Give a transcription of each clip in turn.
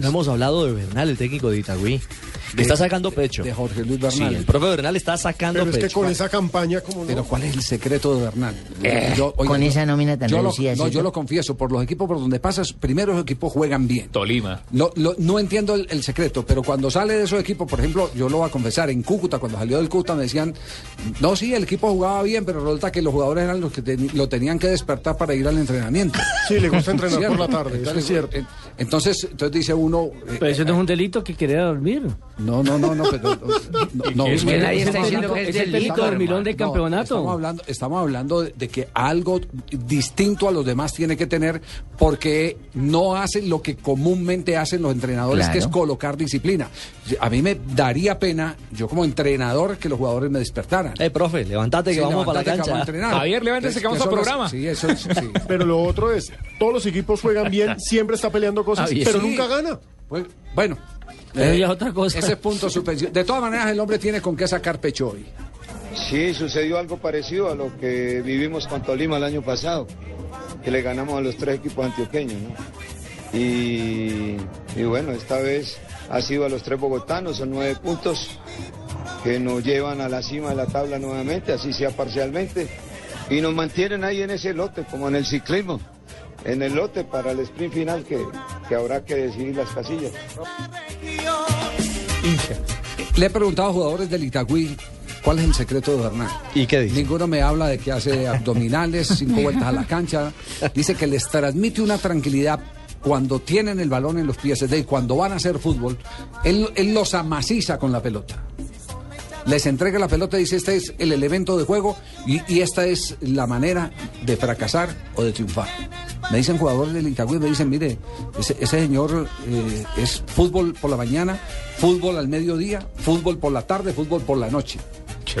No hemos hablado de Bernal, el técnico de Itagüí. Que está sacando pecho. de Jorge Luis Sí, Bernal. el profe Bernal está sacando Pero es que pecho. con esa campaña, como Pero ¿cuál es el secreto de Bernal? Eh, Yo- oiga, con yo- esa nómina tan yo lo- reducida, No, ¿cierto? yo lo confieso, por los equipos por donde pasas, primero los equipos juegan bien. Tolima. Lo- lo- no entiendo el, el secreto, pero cuando sale de esos equipos, por ejemplo, yo lo voy a confesar, en Cúcuta, cuando salió del Cúcuta me decían, no, sí, el equipo jugaba bien, pero resulta que los jugadores eran los que te- lo tenían que despertar para ir al entrenamiento. Sí, le gusta entrenar por la ¿Cierto? tarde, eso Entonces, es cierto. eh, Entonces, entonces dice uno... eh, Pero eso no es un delito que querer dormir. No, no, no, no, pero... No, no, que no, nadie no, está no, diciendo no, que es no, el delito estamos- dormilón no, de Estamos campeonato. hablando, estamos hablando de, de que algo distinto a los demás tiene que tener porque no hacen lo que comúnmente hacen los entrenadores, Claro. que es colocar disciplina. A mí me daría pena, yo como entrenador, que los jugadores me despertaran. Eh, profe, levántate que Sí, vamos para la levantate que vamos a cancha. entrenar. Javier, levántese que vamos Eso al no es- programa. Sí, eso es- sí. Pero lo otro es, todos los equipos juegan bien, siempre está peleando cosas, Javier. pero Sí. nunca gana. Pues, bueno. eh, Pero ya es otra cosa. Ese es punto suspensivo. De todas maneras, el hombre tiene con qué sacar pecho hoy. Sí, sucedió algo parecido a lo que vivimos con Tolima el año pasado, que le ganamos a los tres equipos antioqueños. ¿no? Y, y bueno, esta vez ha sido a los tres bogotanos, son nueve puntos que nos llevan a la cima de la tabla nuevamente, así sea parcialmente, y nos mantienen ahí en ese lote, como en el ciclismo, en el lote para el sprint final que, que habrá que decidir las casillas. Le he preguntado a jugadores del Itagüí cuál es el secreto de Bernal. ¿Y qué dice? Ninguno me habla de que hace abdominales, cinco vueltas a la cancha. Dice que les transmite una tranquilidad cuando tienen el balón en los pies, es decir, cuando van a hacer fútbol, él, él los amaciza con la pelota. Les entrega la pelota y dice, este es el elemento de juego y, y esta es la manera de fracasar o de triunfar. Me dicen jugadores del Itagüí, me dicen, mire, ese, ese señor eh, es fútbol por la mañana, fútbol al mediodía, fútbol por la tarde, fútbol por la noche.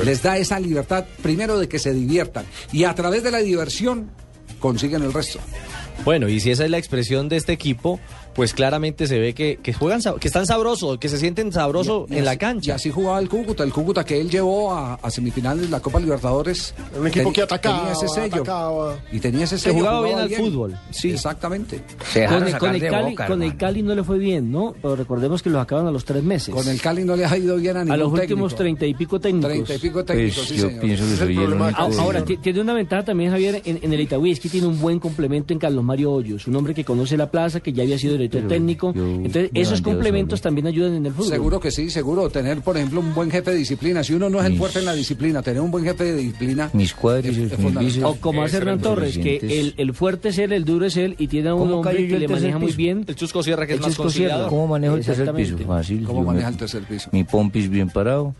Les da esa libertad, primero de que se diviertan y a través de la diversión consiguen el resto. Bueno, y si esa es la expresión de este equipo, pues claramente se ve que, que juegan, sab- que están sabrosos, que se sienten sabrosos Y- y en la así- Y cancha. así jugaba el Cúcuta, el Cúcuta que él llevó a, a semifinales de la Copa Libertadores. Era un equipo Ten- que atacaba, tenía ese sello. atacaba. Y tenía ese sello. jugaba bien al fútbol, sí. Exactamente. Se dejaron Con el, sacar con el de Cali, boca, con el hermano. Cali no le fue bien, ¿no? Pero recordemos que lo acaban a los tres meses. Con el Cali no le ha ido bien a ningún a los últimos técnico. treinta y pico técnicos. Treinta y pico Pues técnicos, sí, yo señor. pienso Ese que es el soy el problema único. Ah, Sí, Ahora, señor. ti- tiene una ventaja también, Javier, en, en el Itagüí, es que tiene un buen complemento en Carlos Mario Hoyos, un hombre que conoce la plaza, que ya había sido director Pero técnico. yo- Entonces, yo esos ando complementos solo. también ayudan en el fútbol. Seguro que sí, seguro. Tener, por ejemplo, un buen jefe de disciplina. Si uno no es el fuerte en la disciplina, tener un buen jefe de disciplina. Mis cuadros, es- es mis fundamental. bíceps. O como hace Ese Hernán eran los Torres, que recientes. el, el fuerte es él, el duro es él, y tiene a un ¿Cómo cayó hombre yo que el le tercer maneja muy piso? bien. El Chusco Sierra, que es El más Chusco Sierra. conciliador. ¿Cómo manejo el tercer Exactamente. piso? Fácil. ¿Cómo yo maneja me- el tercer piso? Mi pompis bien parado,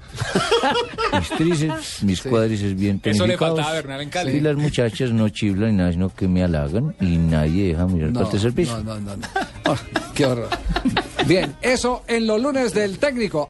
mis tríceps, mis cuádriceps bien Eso le tonificados. faltaba a Bernal en Cali. Y las muchachas no chiflan ni nada, sino que me halagan y nadie deja mirar para el tercer piso. No, no, no. no. Ah, qué horror. Bien, eso en los lunes del técnico.